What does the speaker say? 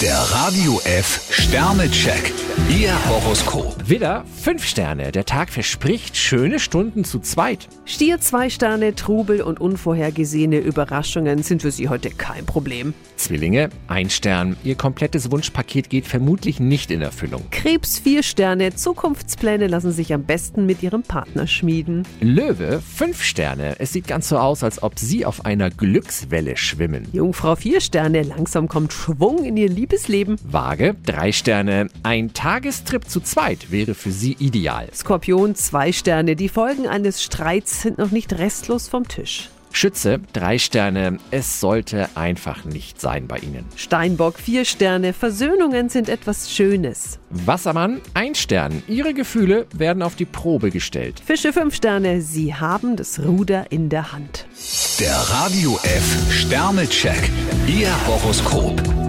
Der Radio F Sternecheck. Ihr Horoskop. Widder, 5 Sterne. Der Tag verspricht schöne Stunden zu zweit. Stier zwei Sterne, Trubel und unvorhergesehene Überraschungen sind für Sie heute kein Problem. Zwillinge, 1 Stern. Ihr komplettes Wunschpaket geht vermutlich nicht in Erfüllung. Krebs vier Sterne, Zukunftspläne lassen sich am besten mit Ihrem Partner schmieden. Löwe, 5 Sterne. Es sieht ganz so aus, als ob Sie auf einer Glückswelle schwimmen. Jungfrau vier Sterne, langsam kommt Schwung in Ihr Liebesleben. Waage, 3 Sterne. Ein Tagestrip zu zweit wäre für Sie ideal. Skorpion zwei Sterne, die Folgen eines Streits sind noch nicht restlos vom Tisch. Schütze, 3 Sterne. Es sollte einfach nicht sein bei Ihnen. Steinbock vier Sterne, Versöhnungen sind etwas Schönes. Wassermann, 1 Stern. Ihre Gefühle werden auf die Probe gestellt. Fische fünf Sterne, Sie haben das Ruder in der Hand. Der Radio F Sternecheck. Ihr Horoskop.